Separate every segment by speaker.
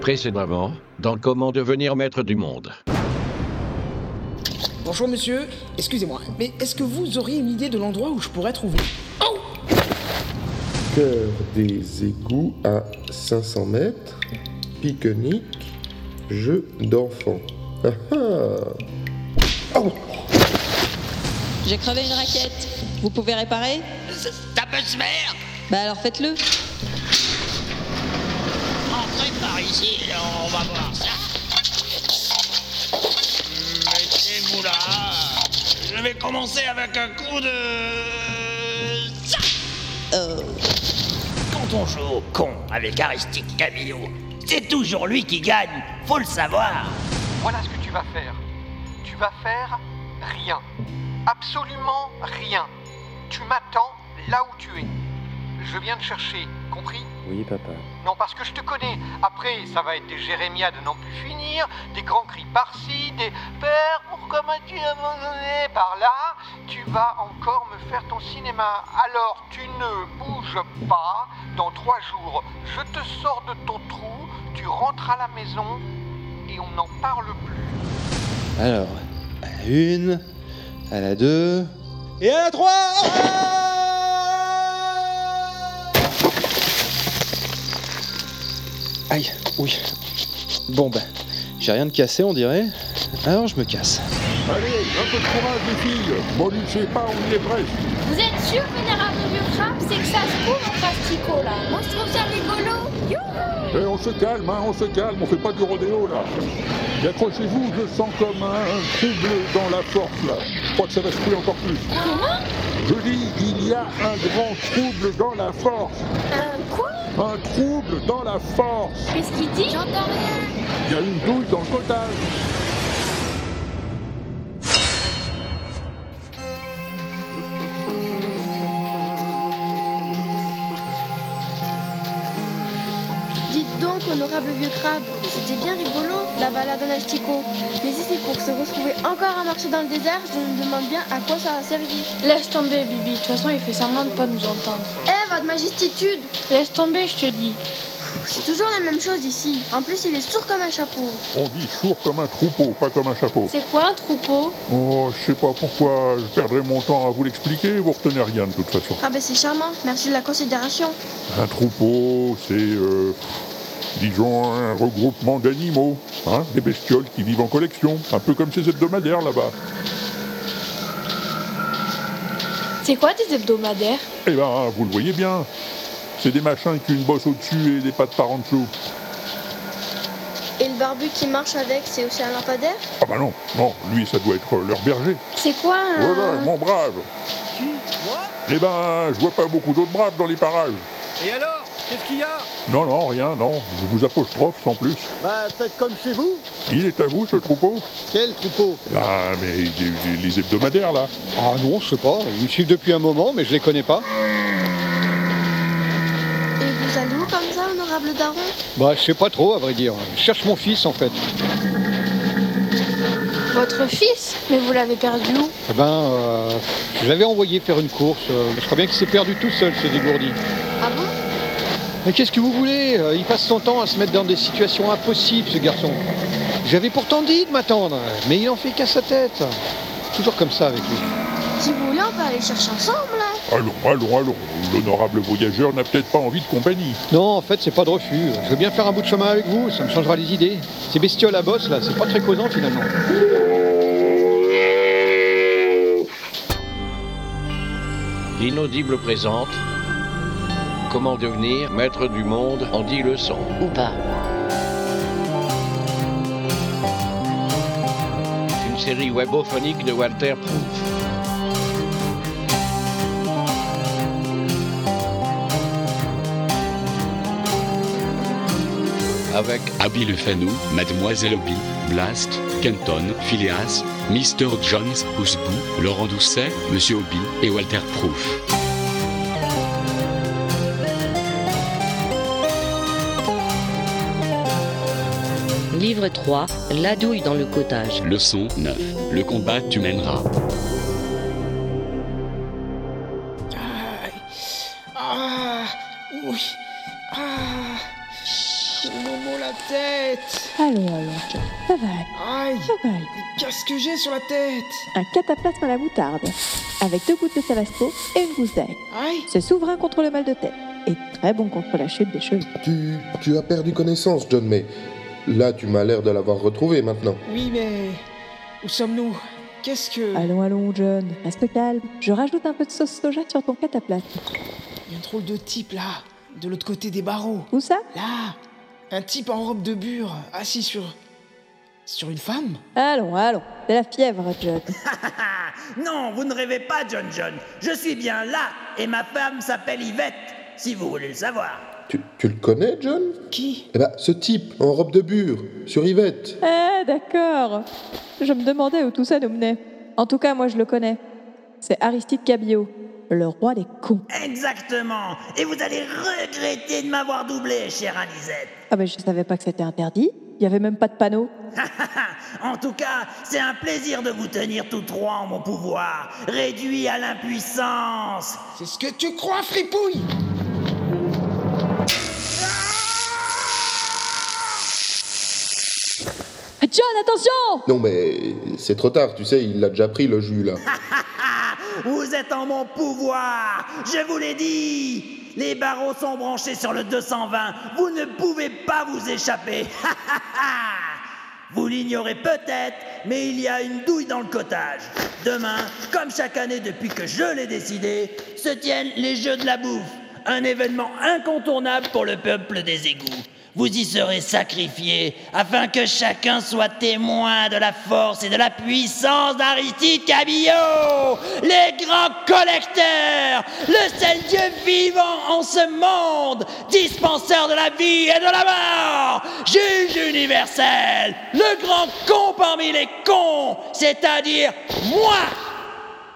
Speaker 1: précédemment dans Comment devenir maître du monde.
Speaker 2: Bonjour monsieur, excusez-moi, mais est-ce que vous auriez une idée de l'endroit où je pourrais trouver
Speaker 3: Cœur des égouts à 500 mètres, pique-nique, jeu d'enfant. Ah ah Oh
Speaker 4: J'ai crevé une raquette. Vous pouvez réparer
Speaker 5: Ça peut se faire
Speaker 4: Bah alors faites-le.
Speaker 5: Entrez par ici, on va voir ça. Mettez-vous là. Je vais commencer avec un coup de... Ça
Speaker 4: Euh,
Speaker 5: Quand on joue au con avec Aristique Camillo, c'est toujours lui qui gagne, faut le savoir.
Speaker 6: Voilà ce que tu vas faire. Tu vas faire rien. Absolument rien. Tu m'attends là où tu es. Je viens te chercher, compris
Speaker 7: Oui, papa.
Speaker 6: Non, parce que je te connais. Après, ça va être des Jérémiades à n'en plus finir, des grands cris par-ci, des Père, pourquoi m'as-tu abandonné par là Tu vas encore me faire ton cinéma. Alors, tu ne bouges pas. Dans trois jours, je te sors de ton trou, tu rentres à la maison et on n'en parle plus.
Speaker 7: Alors, à la une, à la deux, et à la trois Ah Aïe, oui. Bon ben, j'ai rien de cassé on dirait. Alors je me casse.
Speaker 8: Allez, un peu de courage les filles Bon, ne sais pas, on y est presque
Speaker 9: Vous êtes sûr que les rames de crabe, c'est que ça se trouve en plastico là Moi je trouve ça rigolo Youhou
Speaker 8: Eh, on se calme, hein, on se calme, on fait pas du rodéo là Et accrochez-vous, je sens comme un, un trouble dans la force là. Je crois que ça va secouer encore plus.
Speaker 9: Comment
Speaker 8: Je dis, il y a un grand trouble dans la force
Speaker 10: Euh,
Speaker 9: Un quoi
Speaker 8: Un trouble dans la force
Speaker 9: Qu'est-ce qu'il dit J'entends rien
Speaker 8: Il y a une douille dans le cottage
Speaker 10: Dites donc, honorable vieux crabe, c'était bien rigolo la balade en Astico. Mais si c'est pour se retrouver encore à marcher dans le désert, je me demande bien à quoi ça va servir.
Speaker 11: Laisse tomber, Bibi. De toute façon, il fait semblant de pas nous entendre.
Speaker 10: Eh, votre majestitude
Speaker 11: Laisse tomber, je te dis.
Speaker 10: C'est toujours la même chose ici. En plus, il est sourd comme un chapeau.
Speaker 8: On dit sourd comme un troupeau, pas comme un chapeau.
Speaker 11: C'est quoi un troupeau
Speaker 8: Oh, je sais pas pourquoi, je perdrai mon temps à vous l'expliquer, vous retenez rien de toute façon.
Speaker 10: Ah ben c'est charmant, merci de la considération.
Speaker 8: Un troupeau, c'est, euh, disons, un regroupement d'animaux, hein, des bestioles qui vivent en collection, un peu comme ces hebdomadaires là-bas.
Speaker 11: C'est quoi des hebdomadaires
Speaker 8: Eh ben, vous le voyez bien, c'est des machins avec une bosse au-dessus et des pattes par en dessous.
Speaker 10: Et le barbu qui marche avec, c'est aussi un lampadaire
Speaker 8: Ah bah non, non, lui, ça doit être euh, leur berger.
Speaker 10: C'est quoi
Speaker 12: Ah.
Speaker 10: un...
Speaker 8: Voilà, mon brave. Eh ben, je vois pas beaucoup d'autres braves dans les parages.
Speaker 12: Et alors Qu'est-ce qu'il y a
Speaker 8: Non, non, rien, non, je vous apostrophe sans plus.
Speaker 12: Bah faites comme chez vous.
Speaker 8: Il est à vous, ce troupeau
Speaker 12: Quel troupeau
Speaker 8: Ah, mais des- des- les hebdomadaires, là.
Speaker 12: Ah non, je sais pas. Ils me suivent depuis un moment, mais je les connais pas.
Speaker 10: Et vous allez où comme ça, honorable daron
Speaker 12: Bah je sais pas trop, à vrai dire. Je cherche mon fils en fait.
Speaker 11: Votre fils Mais vous l'avez perdu où
Speaker 12: Eh ben, euh, je l'avais envoyé faire une course. euh, Je crois bien qu'il s'est perdu tout seul, ce dégourdi.
Speaker 10: Ah bon
Speaker 12: Mais qu'est-ce que vous voulez Euh, Il passe son temps à se mettre dans des situations impossibles, ce garçon. J'avais pourtant dit de m'attendre, mais il en fait qu'à sa tête. Toujours comme ça avec lui.
Speaker 10: Si vous voulez, on peut aller chercher ensemble. hein.
Speaker 8: Allons, allons, allons. L'honorable voyageur n'a peut-être pas envie de compagnie.
Speaker 12: Non, en fait, c'est pas de refus. Je veux bien faire un bout de chemin avec vous, ça me changera les idées. Ces bestioles à bosse, là, c'est pas très causant finalement.
Speaker 1: L'inaudible présente Comment devenir maître du monde en 10 leçons.
Speaker 4: ou pas
Speaker 1: Une série webophonique de Walter Proof. Avec
Speaker 13: Abby Lefano, Mademoiselle Obi, Blast, Kenton, Phileas, Mr. Jones, Ousbou, Laurent Doucet, Monsieur Obi et Walter Proof.
Speaker 4: Livre 3, la douille dans le cottage.
Speaker 13: Leçon 9. Le combat tu mèneras.
Speaker 2: Aïe. Ah, oui. Ah, mon momo là. la tête
Speaker 14: Allons, allons, John. Pas mal.
Speaker 2: Aïe
Speaker 14: Pas mal.
Speaker 2: Qu'est-ce que j'ai sur la tête
Speaker 14: Un cataplasme à la moutarde, avec deux gouttes de salasto et une gousse d'ail.
Speaker 2: Aïe
Speaker 14: C'est souverain contre le mal de tête et très bon contre la chute des cheveux.
Speaker 3: Tu, tu as perdu connaissance, John, mais là, tu m'as l'air de l'avoir retrouvé maintenant.
Speaker 2: Oui, mais... Où sommes-nous Qu'est-ce que...
Speaker 14: Allons, allons, John. Reste calme. Je rajoute un peu de sauce soja sur ton cataplasme.
Speaker 2: Il y a un drôle de type, là, de l'autre côté des barreaux.
Speaker 14: Où ça
Speaker 2: Là Un type en robe de bure, assis sur... Sur une femme
Speaker 14: Allons, allons. C'est la fièvre, John.
Speaker 5: non, vous ne rêvez pas, John John. Je suis bien là et ma femme s'appelle Yvette, si vous voulez le savoir.
Speaker 3: Tu, tu le connais, John
Speaker 2: Qui
Speaker 3: Eh ben, ce type, en robe de bure, sur Yvette.
Speaker 14: Ah, d'accord. Je me demandais où tout ça nous menait. En tout cas, moi, je le connais. C'est Aristide Cabillaud, le roi des cons.
Speaker 5: Exactement. Et vous allez regretter de m'avoir doublé, chère Anisette.
Speaker 14: Ah, ben, je savais pas que c'était interdit. Il y avait même pas de panneau.
Speaker 5: en tout cas, c'est un plaisir de vous tenir tous trois en mon pouvoir, réduit à l'impuissance.
Speaker 2: C'est ce que tu crois, fripouille
Speaker 14: John, attention
Speaker 3: Non, mais c'est trop tard, tu sais, il l'a déjà pris, le jus, là.
Speaker 5: Vous êtes en mon pouvoir, je vous l'ai dit. Les barreaux sont branchés sur le 220. Vous ne pouvez pas vous échapper. vous l'ignorez peut-être, mais il y a une douille dans le cottage. Demain, comme chaque année depuis que je l'ai décidé, se tiennent les Jeux de la bouffe. Un événement incontournable pour le peuple des égouts. Vous y serez sacrifiés afin que chacun soit témoin de la force et de la puissance d'Aristide Cabillaud, les grands collecteurs, le seul Dieu vivant en ce monde, dispenseur de la vie et de la mort, juge universel, le grand con parmi les cons, c'est-à-dire moi.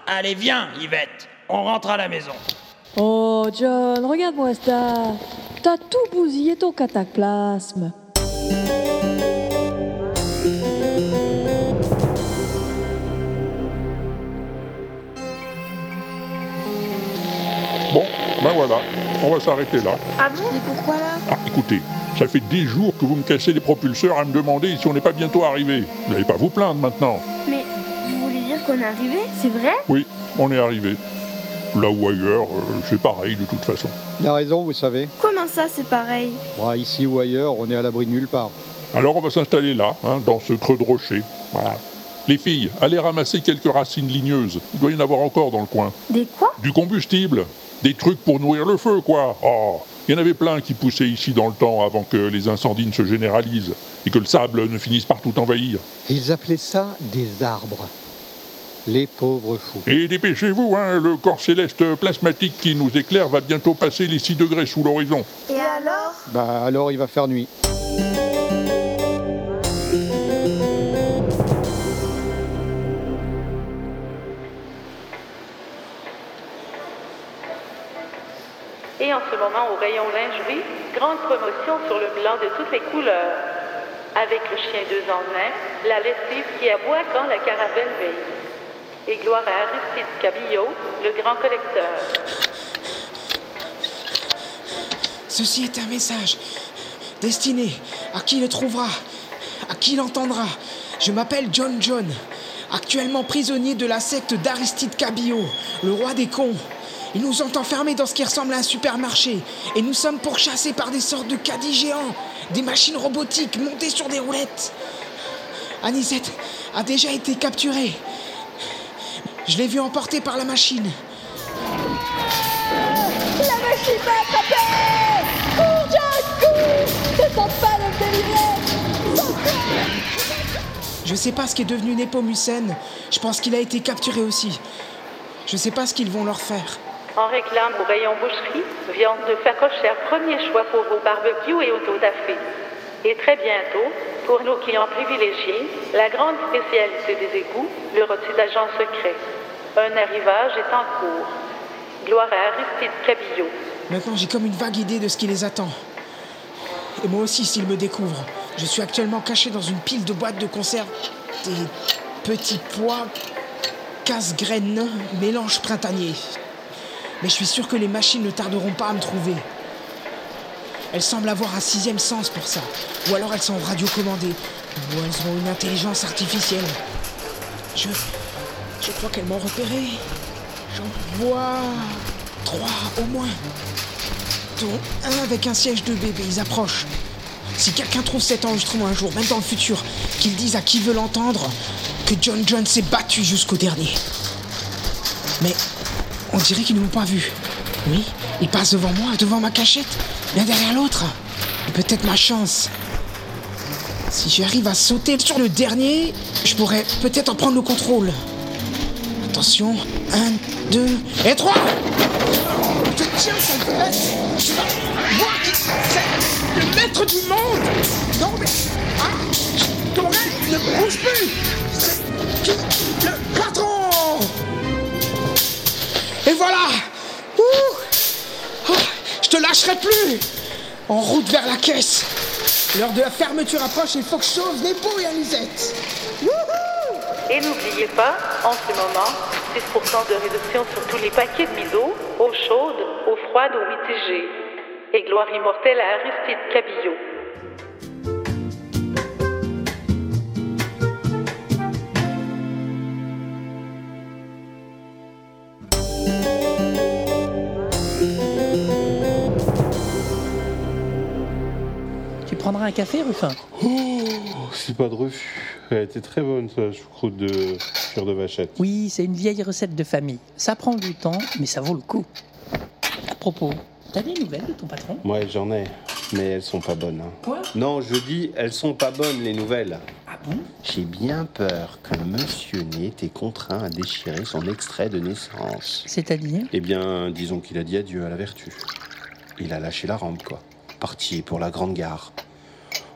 Speaker 5: Allez, viens, Yvette, on rentre à la maison.
Speaker 14: Oh, John, regarde-moi ça. T'as tout bousillé ton cataplasme.
Speaker 8: Bon, ben voilà, on va s'arrêter là.
Speaker 10: Ah bon Mais pourquoi là
Speaker 8: Ah, écoutez, ça fait des jours que vous me cassez les propulseurs à me demander si on n'est pas bientôt arrivé. Vous n'allez pas vous plaindre maintenant.
Speaker 10: Mais vous voulez dire qu'on est arrivé C'est vrai
Speaker 8: Oui, on est arrivé. Là ou ailleurs, euh, c'est pareil de toute façon.
Speaker 12: Il a raison, vous savez.
Speaker 10: Comment ça, c'est pareil
Speaker 12: Bah, ici ou ailleurs, on est à l'abri de nulle part.
Speaker 8: Alors on va s'installer là, hein, dans ce creux de rocher. Voilà. Les filles, allez ramasser quelques racines ligneuses. Il doit y en avoir encore dans le coin.
Speaker 10: Des quoi
Speaker 8: Du combustible. Des trucs pour nourrir le feu, quoi. Oh, il y en avait plein qui poussaient ici dans le temps avant que les incendies ne se généralisent et que le sable ne finisse par tout envahir.
Speaker 12: Ils appelaient ça des arbres. Les pauvres fous.
Speaker 8: Et dépêchez-vous, hein, le corps céleste plasmatique qui nous éclaire va bientôt passer les 6 degrés sous l'horizon.
Speaker 10: Et alors
Speaker 12: Bah, alors il va faire nuit.
Speaker 15: Et en ce moment, au rayon lingerie, grande promotion sur le blanc de toutes les couleurs. Avec le chien deux en un, la lessive qui aboie quand la caravelle veille. Et gloire à Aristide Cabillaud, le grand collecteur.
Speaker 2: Ceci est un message destiné à qui le trouvera, à qui l'entendra. Je m'appelle John John, actuellement prisonnier de la secte d'Aristide Cabillaud, le roi des cons. Ils nous ont enfermés dans ce qui ressemble à un supermarché et nous sommes pourchassés par des sortes de caddies géants, des machines robotiques montées sur des roulettes. Anisette a déjà été capturée. Je l'ai vue emportée par la machine.
Speaker 9: La machine m'a attrapé Cours, John, cours Ne tente pas de me délivrer
Speaker 2: Je sais pas ce qu'est devenu Nepomucène. Je pense qu'il a été capturé aussi. Je sais pas ce qu'ils vont leur faire.
Speaker 15: On réclame au rayon boucherie, viande de facochère, premier choix pour vos barbecues et autos café. Et très bientôt, pour nos clients privilégiés, la grande spécialité des égouts, le rôti d'agent secret. Un arrivage est en cours. Gloire à Aristide Cabillaud.
Speaker 2: Maintenant, j'ai comme une vague idée de ce qui les attend. Et moi aussi, s'ils me découvrent. Je suis actuellement caché dans une pile de boîtes de conserve. Des petits pois, casse-graines, mélange printanier. Mais je suis sûr que les machines ne tarderont pas à me trouver. Elle semble avoir un sixième sens pour ça. Ou alors elles sont radiocommandées. Ou elles ont une intelligence artificielle. Je. Je crois qu'elles m'ont repéré. J'en vois. Trois au moins. Dont un avec un siège de bébé. Ils approchent. Si quelqu'un trouve cet enregistrement un jour, même dans le futur, qu'il dise à qui veut l'entendre que John John s'est battu jusqu'au dernier. Mais on dirait qu'ils ne m'ont pas vu. Oui, ils passent devant moi, devant ma cachette, l'un derrière l'autre. Et Peut-être ma chance. Si j'arrive à sauter sur le dernier, je pourrais peut-être en prendre le contrôle. Attention, un, deux et trois
Speaker 9: Je tiens son presse Tu vas voir qui c'est Le maître du monde Non mais...
Speaker 2: hein,
Speaker 9: Ah Ton rêve ne bouge plus C'est qui Le patron
Speaker 2: Et voilà Ouh Ah, Je te lâcherai plus En route vers la caisse L'heure de la fermeture approche, il faut que je sauve les bouilles à Lisette
Speaker 15: Et n'oubliez pas, en ce moment, 10% de réduction sur tous les paquets de miso, eau chaude, eau froide ou mitigée. Et gloire immortelle à Aristide Cabillaud.
Speaker 16: Tu prendras un café, Ruffin
Speaker 17: Oh, c'est pas de refus. Elle était très bonne, ça, choucroute de cure de vachette.
Speaker 16: Oui, c'est une vieille recette de famille. Ça prend du temps, mais ça vaut le coup. À propos, t'as des nouvelles de ton patron
Speaker 17: Ouais, j'en ai. Mais elles sont pas bonnes. hein.
Speaker 16: Quoi
Speaker 17: Non, je dis, elles sont pas bonnes, les nouvelles.
Speaker 16: Ah bon
Speaker 17: J'ai bien peur que monsieur n'ait été contraint à déchirer son extrait de naissance.
Speaker 16: C'est-à-dire
Speaker 17: Eh bien, disons qu'il a dit adieu à la vertu. Il a lâché la rampe, quoi. Parti pour la grande gare.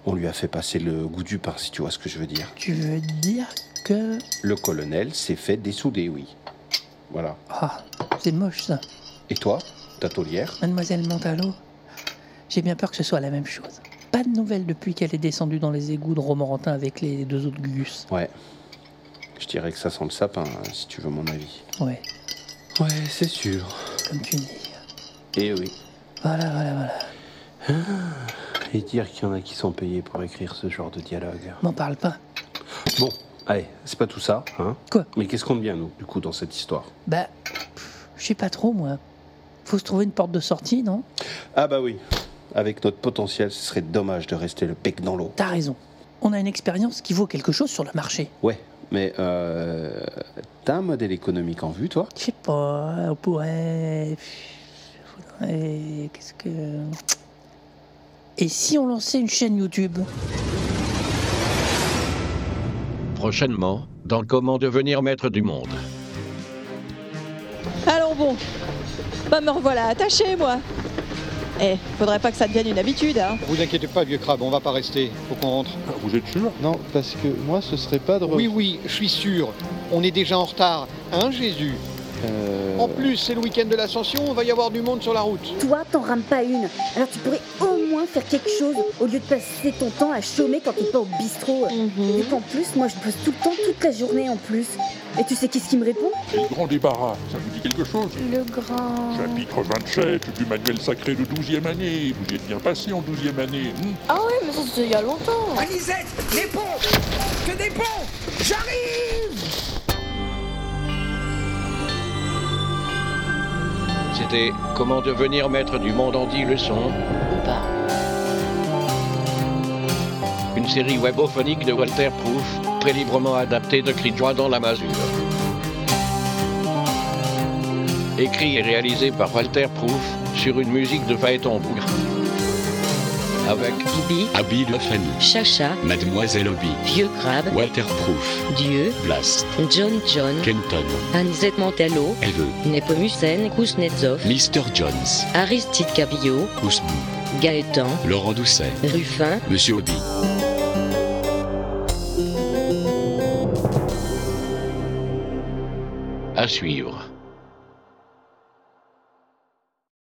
Speaker 17: On lui a fait passer le goût du pain, si tu vois ce que je veux dire.
Speaker 16: Tu veux dire que...
Speaker 17: Le colonel s'est fait dessouder, oui. Voilà.
Speaker 16: Ah, c'est moche ça.
Speaker 17: Et toi, ta taulière
Speaker 16: Mademoiselle Montalo, j'ai bien peur que ce soit la même chose. Pas de nouvelles depuis qu'elle est descendue dans les égouts de Romorantin avec les deux autres Gugus.
Speaker 17: Ouais. Je dirais que ça sent le sapin, hein, si tu veux mon avis.
Speaker 16: Ouais,
Speaker 17: Ouais, c'est sûr.
Speaker 16: comme tu dis.
Speaker 17: Eh oui.
Speaker 16: Voilà, voilà, voilà.
Speaker 17: Ah, Et dire qu'il y en a qui sont payés pour écrire ce genre de dialogue.
Speaker 16: M'en parle pas.
Speaker 17: Bon, allez, c'est pas tout ça, hein
Speaker 16: Quoi
Speaker 17: Mais qu'est-ce qu'on devient, nous, du coup, dans cette histoire
Speaker 16: Bah, pff, je sais pas trop, moi. Faut se trouver une porte de sortie, non
Speaker 17: Ah bah oui, avec notre potentiel, ce serait dommage de rester le bec dans l'eau.
Speaker 16: T'as raison. On a une expérience qui vaut quelque chose sur le marché.
Speaker 17: Ouais, mais euh, t'as un modèle économique en vue, toi
Speaker 16: Je sais pas, on pourrait. faudrait- Qu'est-ce que. Et si on lançait une chaîne YouTube
Speaker 1: Prochainement, dans Comment devenir maître du monde.
Speaker 18: Alors bon, bah me revoilà attaché moi. Eh, faudrait pas que ça devienne une habitude, hein.
Speaker 12: Vous inquiétez pas, vieux crabe, on va pas rester. Faut qu'on rentre.
Speaker 8: Vous êtes sûr
Speaker 12: Non, parce que moi, ce serait pas drôle. Oui, oui, je suis sûr. On est déjà en retard. Hein, Jésus
Speaker 7: Euh,
Speaker 12: En plus, c'est le week-end de l'ascension, on va y avoir du monde sur la route.
Speaker 19: Toi, t'en rames pas une. Alors tu pourrais au moins faire quelque chose au lieu de passer ton temps à chômer quand t'es pas au bistrot.
Speaker 9: Mhm.
Speaker 19: Et qu'en plus, moi, je bosse tout le temps, toute la journée en plus. Et tu sais qu'est-ce qui me répond
Speaker 8: Et le grand débarras, ça vous dit quelque chose
Speaker 19: Le grand.
Speaker 8: Chapitre 27 du manuel sacré de 12e année. Vous y êtes bien passé en 12e année. hmm
Speaker 9: Ah ouais, mais ça c'était il y a longtemps Lisette, les ponts Que des ponts J'arrive
Speaker 1: C'était Comment devenir maître du monde en 10 leçons. Une série webophonique de Walter Proof, très librement adaptée de Cri de joie dans la masure. Écrit et réalisé par Walter Proof sur une musique de Phaéton Bougre. Avec
Speaker 13: Bibi, Abby de Fanny,
Speaker 20: Chacha,
Speaker 13: Mademoiselle Obi,
Speaker 20: Vieux Crabe,
Speaker 13: Waterproof,
Speaker 20: Dieu,
Speaker 13: Blast,
Speaker 20: John John,
Speaker 13: Kenton,
Speaker 20: Anisette Mantello,
Speaker 13: Eve,
Speaker 20: Nepomucène Kuznetsov,
Speaker 13: Mr. Jones,
Speaker 20: Aristide Cabillaud,
Speaker 13: Ousbou,
Speaker 20: Gaëtan,
Speaker 13: Laurent Doucet,
Speaker 20: Ruffin,
Speaker 13: Monsieur Obi.
Speaker 1: à suivre.